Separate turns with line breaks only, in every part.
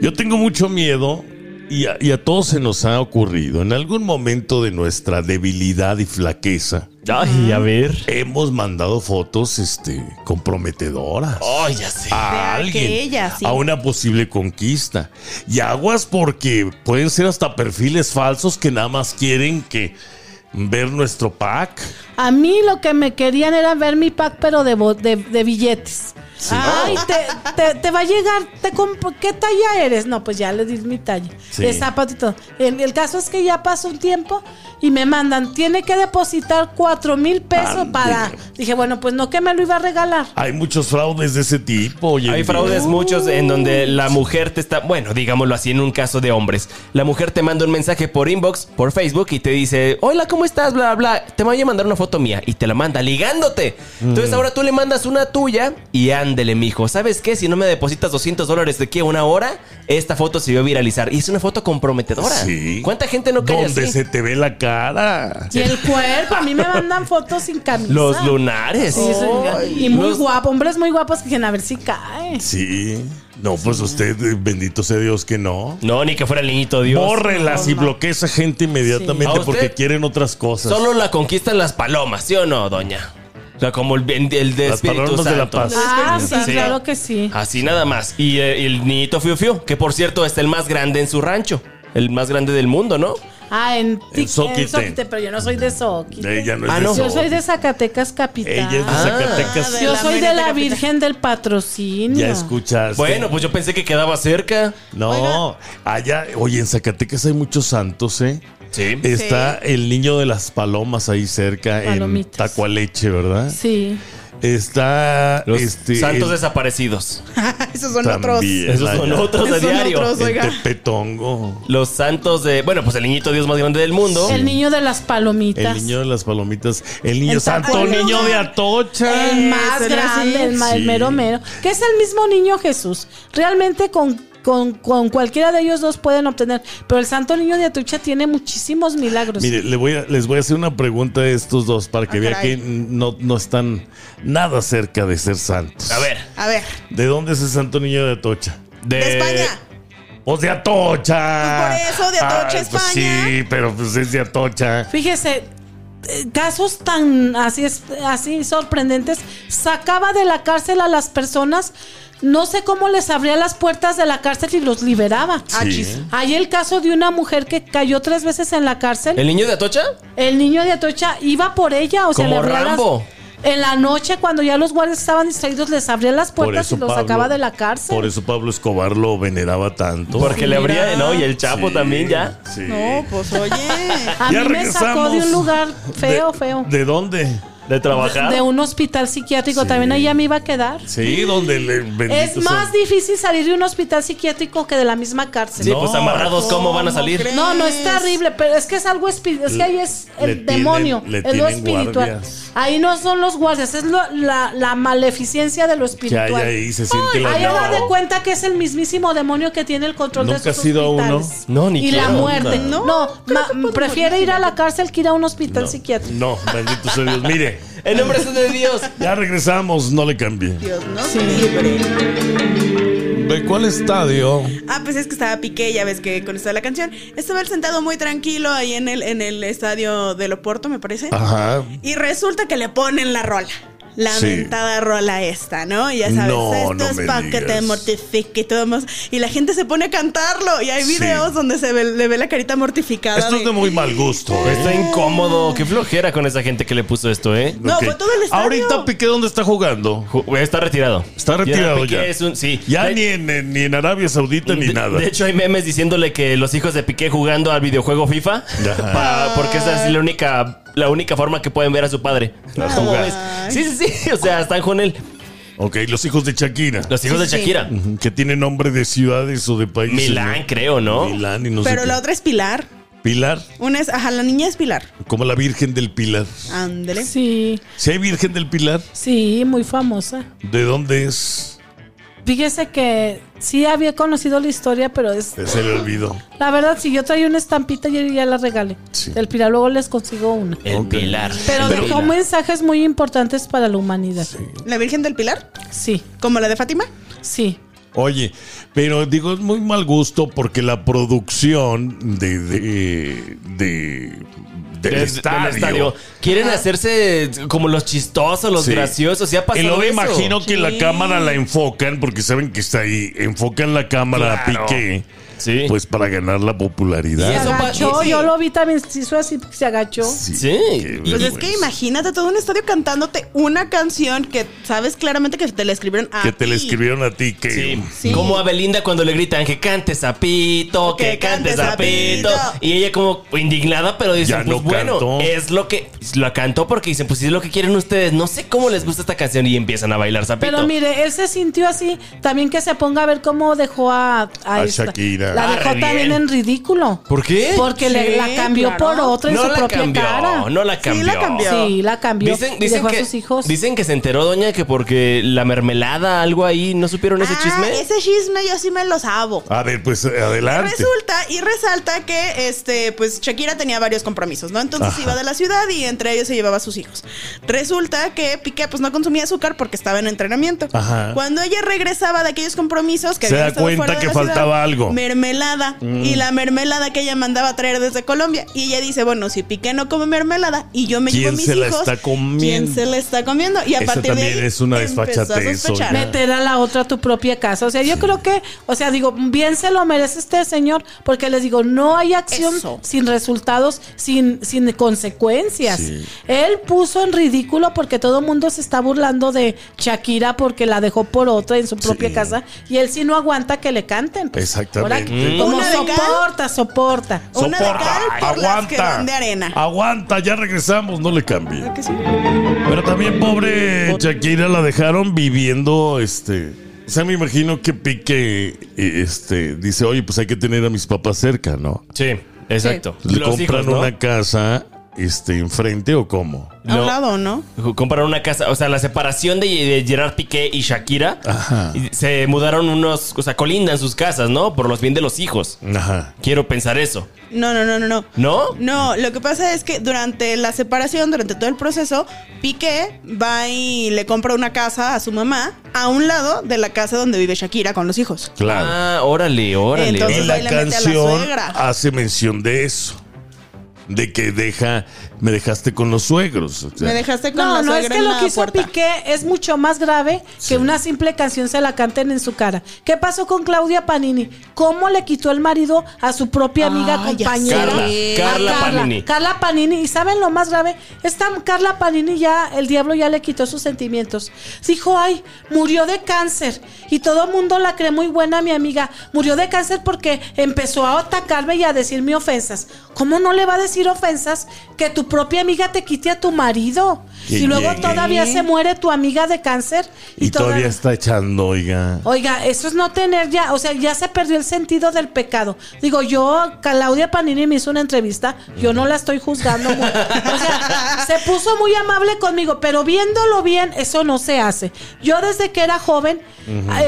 Yo tengo mucho miedo y a, y a todos se nos ha ocurrido en algún momento de nuestra debilidad y flaqueza.
Ay, a ver.
Hemos mandado fotos este, comprometedoras
Ay, ya sé.
a
De a que
alguien,
ella, sí.
a una posible conquista. Y aguas porque pueden ser hasta perfiles falsos que nada más quieren que ver nuestro pack.
A mí lo que me querían era ver mi pack, pero de, bo- de, de billetes. Ay, te, te- te va a llegar, te comp- ¿qué talla eres? No, pues ya le di mi talla.
Sí.
De zapato y todo. El, el caso es que ya pasó un tiempo y me mandan, tiene que depositar cuatro mil pesos
Ándele.
para... Dije, bueno, pues no que me lo iba a regalar.
Hay muchos fraudes de ese tipo. hoy en
Hay
día.
fraudes muchos en donde la mujer te está, bueno, digámoslo así en un caso de hombres. La mujer te manda un mensaje por inbox, por Facebook y te dice, "Hola, ¿cómo estás? bla bla, bla. te voy a mandar una foto mía" y te la manda ligándote. Entonces ahora tú le mandas una tuya y ándele, mijo. ¿Sabes qué? Si no me depositas 200 dólares de aquí a una hora, esta foto se va a viralizar y es una foto comprometedora.
Sí.
¿Cuánta gente no cae
Donde
así?
se te ve la cara.
Y el cuerpo, a mí me mandan fotos sin camisa.
Los lunares.
Sí, eso- y muy
Los-
guapo, hombres muy guapos que dicen, a ver si cae.
Sí. No, pues usted, eh, bendito sea Dios que no.
No, ni que fuera el niñito Dios.
Bórrelas y
no, no.
bloquea esa gente inmediatamente
¿A
porque
usted?
quieren otras cosas.
Solo la conquistan las palomas, ¿sí o no, doña? O sea, como el, el, el de
Las
Espíritu
palomas de
Santo.
la paz.
Ah, sí,
Sí. Ah,
claro que sí.
Así nada más. Y eh, el niñito Fiu Fiu, que por cierto es el más grande en su rancho. El más grande del mundo, ¿no?
Ah, en, Tic- en
Zóquite.
Zóquite. pero yo no soy de Zóquite.
Ella no es
Ah,
de
no.
eso.
Yo soy de Zacatecas Capital.
Ella es de
Ah.
Zacatecas.
Ah, de
yo
la
soy de
América
la
Capital.
Virgen del Patrocinio.
Ya escuchas.
Bueno, pues yo pensé que quedaba cerca.
No, allá, oye, en Zacatecas hay muchos santos, ¿eh?
Sí.
Está el niño de las palomas ahí cerca en
Palomitas.
Tacualeche, ¿verdad?
Sí.
Está
Los
este,
santos
en-
desaparecidos.
Esos son otros.
también
Esos son
allá,
otros de
Son
diario.
otros.
en
oiga.
Tepetongo.
Los santos de. Bueno, pues el niñito Dios más grande del mundo.
El niño de las
El
palomitas.
niño de las palomitas, el niño
En
santo,
Tacualeche.
niño de Atocha.
El más
¿Será así?
grande, el, ma- el
Sí.
mero mero. Que es el mismo niño Jesús. Realmente con, con, con cualquiera de ellos dos pueden obtener. Pero el santo niño de Atucha tiene muchísimos milagros.
Mire, le voy a- les voy a hacer una pregunta a estos dos para que
Ah,
vean que
caray.
no, no están nada cerca de ser santos.
A ver.
A ver,
¿De dónde es el santo niño de Atocha?
De,
Eh.
de España.
Pues de Atocha.
Pues por eso, de Atocha,
pues
España.
sí, pero pues es de Atocha.
Fíjese, eh, casos tan así, es- así sorprendentes. Sacaba de la cárcel a las personas. No sé cómo les abría las puertas de la cárcel y los liberaba.
Ah,
Sí.
chis.
Hay el caso de una mujer que cayó tres veces en la cárcel.
¿El niño de Atocha?
El niño de Atocha iba por ella, o sea,
Como
le abría las-
Rambo.
en la noche, cuando ya los guardias estaban distraídos, les abría las puertas y los sacaba de la cárcel.
Por eso Pablo Escobar lo veneraba tanto.
Porque le abría. No, y el Chapo
Sí,
también ya.
sí.
No, pues oye.
A
Ya
mí me sacó
regresamos.
de un lugar feo,
De-
feo.
¿De dónde?
De trabajar.
De un hospital psiquiátrico,
Sí.
también allá me iba a quedar.
Sí, donde le bendito
Es más
sea.
difícil salir de un hospital psiquiátrico que de la misma cárcel.
Sí,
No.
pues amarrados, ¿cómo van a
¿Cómo
salir?
crees?
No, no, es terrible, pero es que es algo espiritual. Es que ahí es
Le tienen-
el demonio,
le
es lo
tienen
espiritual.
guardias.
Ahí no son los guardias, es lo- la, la maleficencia de lo
Que hay
espiritual.
ahí, se siente la
Ahí da de
llama.
cuenta que es el mismísimo demonio que tiene el control
Nunca
de sus
has ido a uno.
hospitales.
No, ni
Y la
quiero.
muerte.
No,
No,
creo
ma-
que puedo
prefiere
morir
ir a la cárcel que ir a un hospital psiquiátrico.
No, bendito sea Dios. Mire,
El nombre es de Dios.
ya regresamos, no le cambie.
Dios, no sí. libre.
¿De cuál estadio?
Ah, pues es que estaba Piqué, ya ves que con esta la canción. Estaba él sentado muy tranquilo ahí en el, en el estadio de Loporto, me parece.
Ajá.
Y resulta que le ponen la rola. Lamentada rola esta, ¿no? Y ya sabes,
No,
esto
no me
es para que te
digas.
mortifique y todo más. Y la gente se pone a cantarlo. Y hay
Sí.
videos donde se ve- le ve la carita mortificada.
Esto es de muy mal gusto. ¿eh?
Está incómodo. Qué flojera con esa gente que le puso esto, ¿eh?
No,
Ok.
fue todo el estadio.
Ahorita Piqué, ¿dónde está jugando?
Ju- Está retirado.
Está retirado
Piqué
ya.
es un- sí.
Ya
De-
ni en, en- ni en Arabia Saudita ni
de-
nada.
De hecho, hay memes diciéndole que los hijos de Piqué jugando al videojuego FIFA.
Ajá.
pa- porque esa es la única, la única forma que pueden ver a su padre. ¿Cómo ves? Sí, sí, sí. O sea, están con él.
ok, los hijos de Shakira.
Los hijos
Sí,
de
sí.
Shakira.
Ujú, Que tiene nombre de ciudades o de países.
Milán,
¿no?
creo, ¿no?
Milán y no sé
Pero
qué.
la otra es Pilar.
Pilar,
Una es, ajá, la niña es Pilar.
como la Virgen del Pilar.
Ándele.
Sí,
Si hay Virgen del Pilar,
sí, muy famosa.
¿de dónde es?
Fíjese que sí había conocido la historia, pero es.
Se le olvidó.
La verdad, si yo traía una estampita, yo ya la regalé.
Sí.
El Pilar luego les consigo una.
El
Ok.
pilar.
Pero
El
dejó
pilar.
mensajes muy importantes para la humanidad. Sí,
¿La Virgen del Pilar?
sí.
¿Como la de Fátima?
Oye, pero digo, es muy mal gusto porque la producción de. de. de. del
Del- del
estadio.
estadio. Quieren hacerse como los chistosos, los
Sí.
graciosos. Ya pasó
Y luego me
eso.
imagino que la
Sí.
cámara la enfocan, porque saben que está ahí, enfocan la cámara
Claro.
a Piqué,
Sí.
pues para ganar la popularidad.
Y
Se
eso pa-
agachó,
sí.
yo lo vi también, se hizo así, se agachó.
Sí.
qué
Y-
Pues es que imagínate todo un estadio cantándote una canción que sabes claramente que te la escribieron a
Que te le
ti.
escribieron a ti, que.
Sí. Como a Belinda cuando le gritan que cante sapito, que,
Que
cante
cante
sapito.
sapito.
Y ella como indignada, pero dice,
Ya
pues
no
bueno,
cantó".
es lo que la cantó porque dicen, pues es lo que quieren ustedes. No sé cómo les gusta esta canción y empiezan a bailar sapito.
Pero mire, él se sintió así, también que se ponga a ver cómo dejó a, a, esta.
Shakira.
La
Ah,
dejó
re
también
bien.
en ridículo.
¿Por qué?
Porque
Sí,
le, la cambió
claro.
por otra en
no
su
la
propia
cambió,
cara.
no la
Sí,
cambió.
la cambió.
Sí, la cambió.
Dicen,
y
dicen
dejó
que,
a sus hijos.
dicen que se enteró, doña, que porque la mermelada, algo ahí, ¿no supieron ese
Ah,
chisme?
Ese chisme yo sí me lo sabo.
A ver, pues adelante.
Resulta y resalta que este, pues Shakira tenía varios compromisos, ¿no? Entonces iba de la ciudad y entre ellos se llevaba a sus hijos. Resulta que Piqué pues no consumía azúcar porque estaba en entrenamiento.
Ajá.
Cuando ella regresaba de aquellos compromisos que
Se
había
da
estado
cuenta
fuera de
que
la ciudad,
faltaba algo. Mm.
Mermelada. Y la mermelada que ella mandaba a traer desde Colombia. Y ella dice, bueno, si Piqué no come mermelada y yo me
¿Quién
llevo a mis
se la
hijos,
está comiendo?
¿quién se la está comiendo? Y a
Eso
partir de
también
ahí
es una
empezó a
desfachatez,
sospechar.
oiga.
meter a la otra a tu propia casa. O sea, yo creo que, o sea, digo, bien se lo merece este señor, porque les digo, no hay acción
Eso.
sin resultados, sin, sin consecuencias.
Sí.
Él puso en ridículo porque todo el mundo se está burlando de Shakira porque la dejó por otra en su propia
Sí.
casa y él sí no aguanta que le canten. pues.
Exactamente.
Ahora,
Mm.
Como
Una de cal.
soporta, soporta.
Una de cal por las que
aguanta.
van de arena.
Aguanta, ya regresamos, no le cambie.
¿Verdad que sí?
Pero también pobre Shakira la dejaron viviendo este. O sea, me imagino que Pique este, dice, oye, pues hay que tener a mis papás cerca, ¿no?
Sí, exacto.
¿Le
Los
compran
hijos, ¿no?
una casa este, enfrente o cómo?
A
No.
un lado, ¿no?
Compraron una casa, o sea, la separación de, de Gerard Piqué y Shakira.
Ajá.
y Se mudaron unos, o sea, colindan sus casas, ¿no? Por los bien de los hijos.
Ajá.
Quiero pensar eso.
No, no, no, no, no.
¿No?
No, lo que pasa es que durante la separación, durante todo el proceso, Piqué va y le compra una casa a su mamá a un lado de la casa donde vive Shakira con los hijos.
Claro.
Ah, órale, órale.
Entonces,
y
órale.
la
Ah, pues ahí le mete a la
canción
suegra.
hace mención de eso. De que deja, me dejaste con los suegros. o sea,
Me dejaste con
No,
la
no, es
suegra
que
en
lo
la
que hizo
puerta.
Piqué es mucho más grave que una simple canción se la canten en su cara. ¿Qué pasó con Claudia Panini? ¿Cómo le quitó el marido a su propia amiga
Ay, ya
compañera?
sé. Carla, Carla
A
Panini.
Carla Panini. ¿Y saben lo más grave? Esta Carla Panini ya, el diablo ya le quitó sus sentimientos. Dijo, ay, murió de cáncer. Y todo el mundo la cree muy buena, mi amiga. Murió de cáncer porque empezó a atacarme y a decirme ofensas. ¿Cómo no le va a decir ofensas que tu propia amiga te quite a tu marido?
Que
Y luego
llegue.
todavía se muere tu amiga de cáncer.
y todavía
toda-
está echando, oiga.
Oiga, eso es no tener ya, o sea, ya se perdió el sentido del pecado. Digo, yo, Claudia Panini me hizo una entrevista, yo no la estoy juzgando. mu- o sea, se puso muy amable conmigo, pero viéndolo bien, eso no se hace. Yo desde que era joven,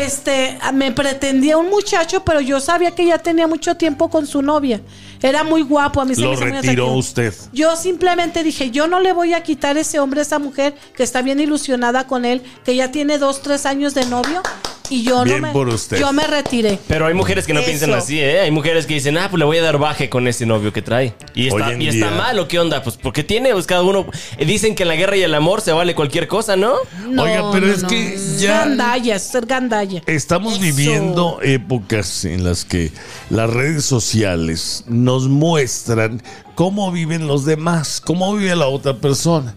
este, me pretendía un muchacho, pero yo sabía que ya tenía mucho tiempo con su novia. Era muy guapo, a mí se me
Lo
hizo muy
retiró
atractivo.
usted.
Yo simplemente dije, yo no le voy a quitar ese hombre a esa mujer que está bien ilusionada con él, que ya tiene dos, tres años de novio y yo
Bien
no me,
por usted.
yo me retiré.
Pero hay mujeres que no piensan
Eso.
así, ¿eh? Hay mujeres que dicen, ah, pues le voy a dar baje con ese novio que trae. Y
Hoy
está,
en
y está
día.
mal, ¿o qué onda? Pues porque tiene, pues cada uno. eh, Dicen que en la guerra y el amor se vale cualquier cosa, ¿no?
No,
Oiga, pero
no,
es
no.
que
Es
ya-
gandalla, es ser gandalla.
Estamos viviendo épocas en las que las redes sociales nos muestran cómo viven los demás, cómo vive la otra persona.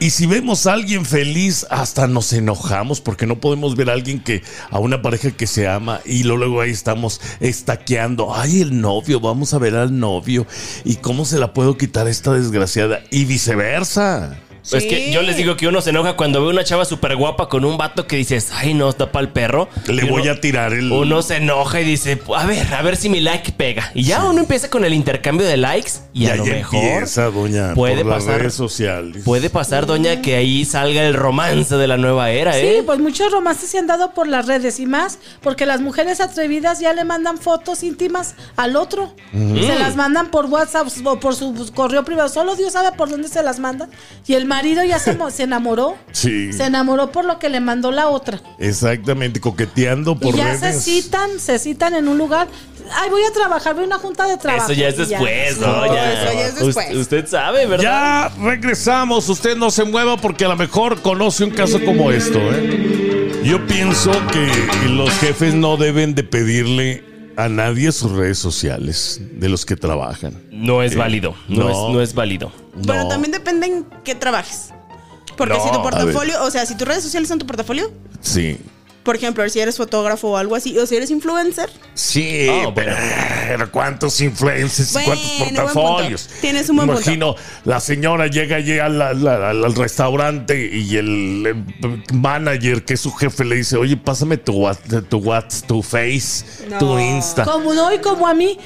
Y si vemos a alguien feliz, hasta nos enojamos porque no podemos ver a alguien que, a una pareja que se ama y lo- luego ahí estamos estaqueando. Ay, el novio, vamos a ver al novio. ¿Y cómo se la puedo quitar a esta desgraciada? Y viceversa.
Es que
Sí.
yo les digo que uno se enoja cuando ve una chava súper guapa con un vato que dices, ay, no, está para el perro.
Le
Y uno-
voy a tirar el.
Uno se enoja y dice, a ver, a ver si mi like pega. Y ya uno empieza con el intercambio de likes y,
y
a
ahí
lo mejor
empieza, doña.
puede
por las
pasar-
redes sociales.
puede pasar, doña, que ahí salga el romance de la nueva era, ¿eh?
Sí, pues muchos romances se han dado por las redes y más porque las mujeres atrevidas ya le mandan fotos íntimas al otro. Se las mandan por WhatsApp o por su correo privado. Solo Dios sabe por dónde se las mandan. Y el marido ya se, mo- se enamoró.
Sí.
Se enamoró por lo que le mandó la otra.
Exactamente, coqueteando por
y ya se
redes.
citan, se citan en un lugar. Ay, voy a trabajar, voy a una junta de trabajo.
Eso ya es
y
después, ¿no?
No,
Ya.
eso ya es después.
Us- Usted sabe, ¿verdad?
Ya regresamos, usted no se mueva porque a lo mejor conoce un caso como esto. ¿eh? Yo pienso que los jefes no deben de pedirle a nadie sus redes sociales de los que trabajan.
No es válido. No,
no.
Es, no es válido.
Pero
No.
también depende en qué trabajes. Porque
No,
si tu
a
portafolio, o sea, si tus redes sociales son tu portafolio,
Sí.
por ejemplo, si eres fotógrafo o algo así, o si eres influencer,
Sí,
Oh,
pero, pero ¿cuántos influencers y
Bueno,
cuántos
buen
portafolios?
punto. Tienes un buen
Imagino, la señora llega allí al, al- al- al restaurante y el, eh, manager, que es su jefe, le dice, oye, pásame tu WhatsApp, tu, whats, tu Face,
No.
tu Insta.
Como no y como a mí,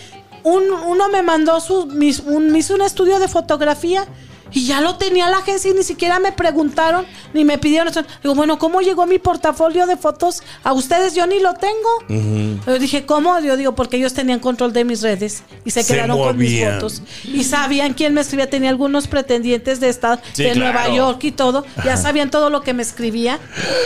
un- uno me mandó su, mis- un, me hizo un estudio de fotografía y ya lo tenía la agencia y ni siquiera me preguntaron ni me pidieron. Digo, bueno, ¿cómo llegó mi portafolio de fotos a ustedes? Yo ni lo tengo. Yo dije, ¿cómo? Yo digo, porque ellos tenían control de mis redes y se,
Se
quedaron con mis
movían.
fotos y sabían quién me escribía. Tenía algunos pretendientes de estado,
Sí,
de
claro.
Nueva York y todo. Ya sabían todo lo que me escribía.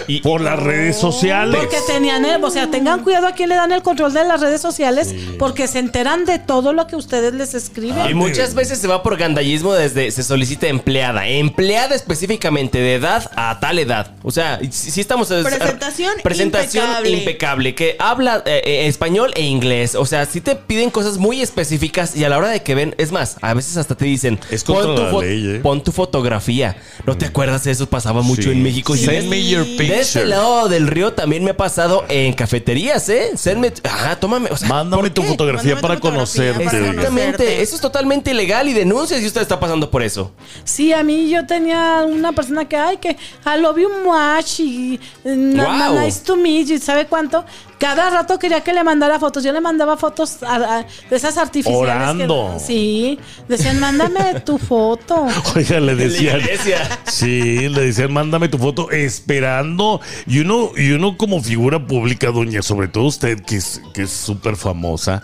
Y,
por las redes sociales.
Porque tenían, el- o sea, tengan cuidado a quién le dan el control de las redes sociales, porque se enteran de todo lo que ustedes les escriben.
y muchas veces se va por gandallismo desde se solicita empleada. Empleada específicamente de edad a tal edad. O sea, si, si estamos... es-
Presentación
presentación impecable.
impecable.
Que habla eh, eh, español e inglés. O sea, si te piden cosas muy específicas y a la hora de que ven... Es más, a veces hasta te dicen...
Es contra la
fo-
ley, ¿eh? Mm.
pon tu fotografía. ¿No te acuerdas? Eso pasaba mucho
Sí.
en México. Y
Send me your
De este
picture.
lado del río también me ha pasado en cafeterías, ¿eh? Sendme... Ajá, tómame... O sea,
Mándame
¿por
tu
qué?
fotografía
Mándame
para
tu fotografía
conocerte.
para conocer.
Exactamente,
conocerte.
eso es totalmente ilegal y denuncias y usted está pasando por eso.
Sí, a mí yo tenía una persona que, ay, que I love you much y eh, na-
Wow.
nice to meet you", y sabe cuánto. Cada rato quería que le mandara fotos. Yo le mandaba fotos a- a- de esas artificiales.
Orando.
Que, sí, decían, mándame tu foto.
Oiga, le
En la
decían.
iglesia.
Sí, le decían, mándame tu foto esperando. Y uno, y uno como figura pública, doña, sobre todo usted, que es que es súper famosa,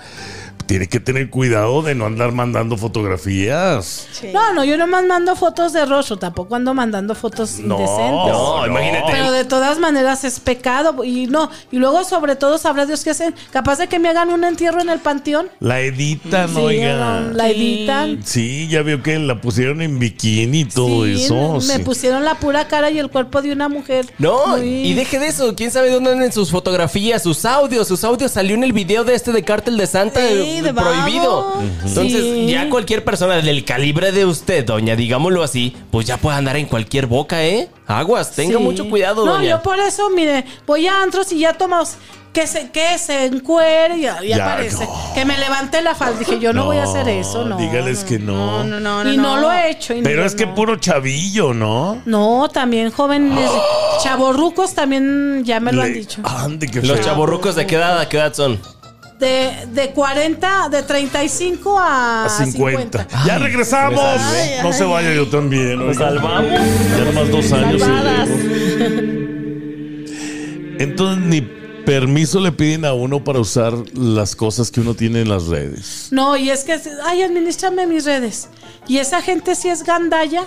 tiene que tener cuidado de no andar mandando fotografías.
No, no, yo nomás mando fotos de rostro, tampoco ando mandando fotos
No,
indecentes.
No, imagínate.
Pero de todas maneras es pecado y no, y luego sobre todo sabrá Dios qué hacen, capaz de que me hagan un entierro en el panteón.
La editan,
Sí,
oiga.
la editan.
Sí, ya vio que la pusieron en bikini y todo
Sí,
eso.
me
sí.
pusieron la pura cara y el cuerpo de una mujer.
No,
Muy-
y deje de eso. ¿Quién sabe dónde andan sus fotografías, sus audios? Sus audios salió en el video de este de Cártel de Santa
Sí,
eh,
de
prohibido.
Vamos.
Entonces,
Sí.
ya cualquier persona del calibre de usted, doña, digámoslo así, pues ya puede andar en cualquier boca, ¿eh? Aguas, tenga
Sí.
mucho cuidado,
No,
doña.
yo por eso, mire, voy a antros y ya tomamos que se que se encuere y ya, ya
Ya,
aparece.
no.
Que me levante la falda, dije, yo no, voy a hacer eso, no.
Dígales que no.
no, no, no, no.
y no, lo he hecho. y
Pero
digo,
es que
no.
puro chavillo, ¿no?
No, también jóvenes, chavorrucos también ya me lo han
Le-
dicho.
Ande, qué
Los
feo.
chaborrucos de qué edad, a qué edad son.
De, de 40, de 35 a,
a 50.
50.
ya regresamos.
Ay,
no
ay.
se vaya yo también.
Nos
oiga.
salvamos.
Ya nomás dos años. y
Salvadas.
llego. Entonces ni permiso le piden a uno para usar las cosas que uno tiene en las redes.
No, y es que, ay, administrame mis redes. Y esa gente si es gandalla,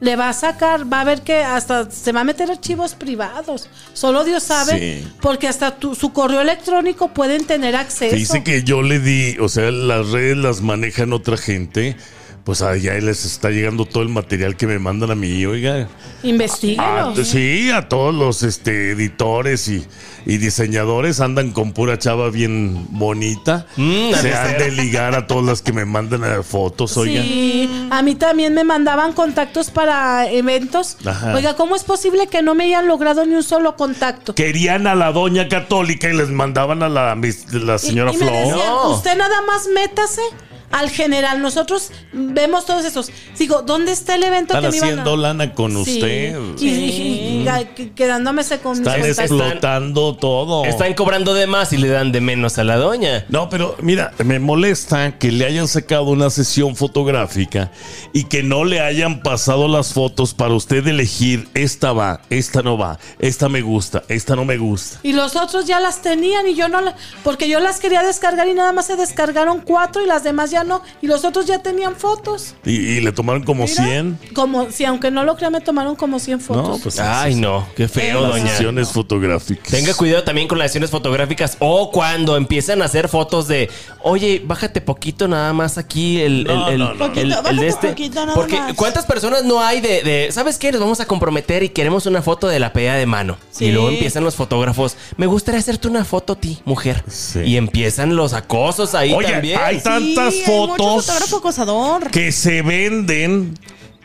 le va a sacar, va a ver que hasta se va a meter archivos privados. Solo Dios sabe,
Sí.
porque hasta tu- su correo electrónico pueden tener acceso.
Dice que yo le di, o sea, las redes las manejan otra gente. Pues allá les está llegando todo el material que me mandan a mí, oiga. Ah,
Investíguenos.
sí, a todos los este, editores y, y diseñadores andan con pura chava bien bonita.
Mm, ha
Se
de
han de ligar a todas las que me mandan eh, fotos, oiga.
Sí, a mí también me mandaban contactos para eventos.
Ajá.
Oiga, ¿cómo es posible que no me hayan logrado ni un solo contacto?
querían a la doña católica y les mandaban a la, mis- la señora
y, y me
Flor.
decían,
No.
usted nada más métase al general. Nosotros vemos todos esos. Digo, ¿dónde está el evento
Están
que me iban
haciendo
a-
lana con
Sí.
usted.
Y- y- y- y- quedándome ese con mis
Están
contactos.
explotando todo.
Están cobrando de más y le dan de menos a la doña.
No, pero mira, me molesta que le hayan sacado una sesión fotográfica y que no le hayan pasado las fotos para usted elegir esta va, esta no va, esta me gusta, esta no me gusta.
Y los otros ya las tenían y yo no la- porque yo las quería descargar y nada más se descargaron cuatro y las demás ya no. Y los otros ya tenían fotos.
Y, y le tomaron como
Mira,
100.
Como si aunque no lo crea me tomaron como 100 fotos.
No, pues
Ay, no, qué feo,
las
doña.
sesiones fotográficas.
Tenga cuidado también con las sesiones fotográficas o cuando empiezan a hacer fotos de, oye, bájate poquito nada más aquí el,
No,
el- el-
no, no,
el-
no.
el
Bájate
de este.
poquito nada
Porque
más.
cuántas personas no hay de, de, ¿sabes qué? Nos vamos a comprometer y queremos una foto de la pelea de mano. Y
Sí.
luego empiezan los fotógrafos, me gustaría hacerte una foto a ti, mujer.
Sí.
Y empiezan los acosos ahí
Oye,
también.
hay tantas
Sí, hay mucho
fotos
fotógrafo acosador.
que se venden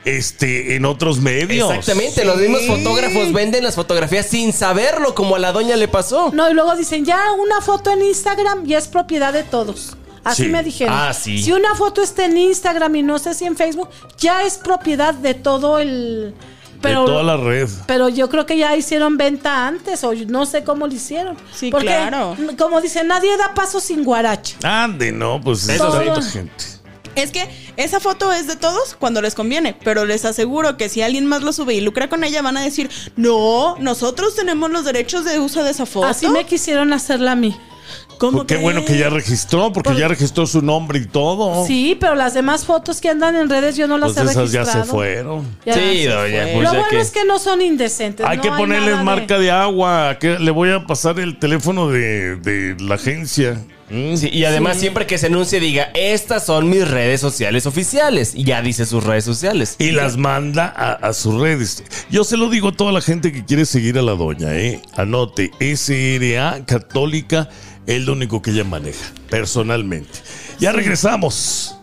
este, en otros medios.
Exactamente, los mismos fotógrafos venden las fotografías sin saberlo, como a la doña le pasó.
No, y luego dicen, ya una foto en Instagram ya es propiedad de todos. Así
Sí.
me dijeron.
Ah, sí.
Si una foto está en Instagram y no sé si en Facebook, ya es propiedad de todo el... Pero,
de toda la red.
pero yo creo que ya hicieron venta antes o yo no sé cómo lo hicieron.
Sí, claro.
Como dicen, nadie da paso sin guarache.
Ande, no, pues
Eso
está
sí.
mucha gente.
Es que esa foto es de todos cuando les conviene, pero les aseguro que si alguien más lo sube y lucra con ella, van a decir, no, nosotros tenemos los derechos de uso de esa foto.
Así me quisieron hacerla a mí.
Pues Qué bueno que ya registró, porque ya registró su nombre y todo.
Sí, pero las demás fotos que andan en redes yo no las
Oh. Pues
he
esas ya
registrado.
se fueron.
Ya
sí,
se
doña.
fue.
pues
Lo
ya
bueno
que-
es que no son indecentes.
Hay
no
que ponerles
nada de-
marca de, agua. Que le voy a pasar el teléfono de, de la agencia. Mm.
Sí, y además siempre que se anuncie diga, estas son mis redes sociales oficiales. Y ya dice sus redes sociales.
Y las manda a, a sus redes. Yo se lo digo a toda la gente que quiere seguir a la doña, ¿eh? Anote, SRA Católica es lo único que ella maneja, personalmente. Ya regresamos.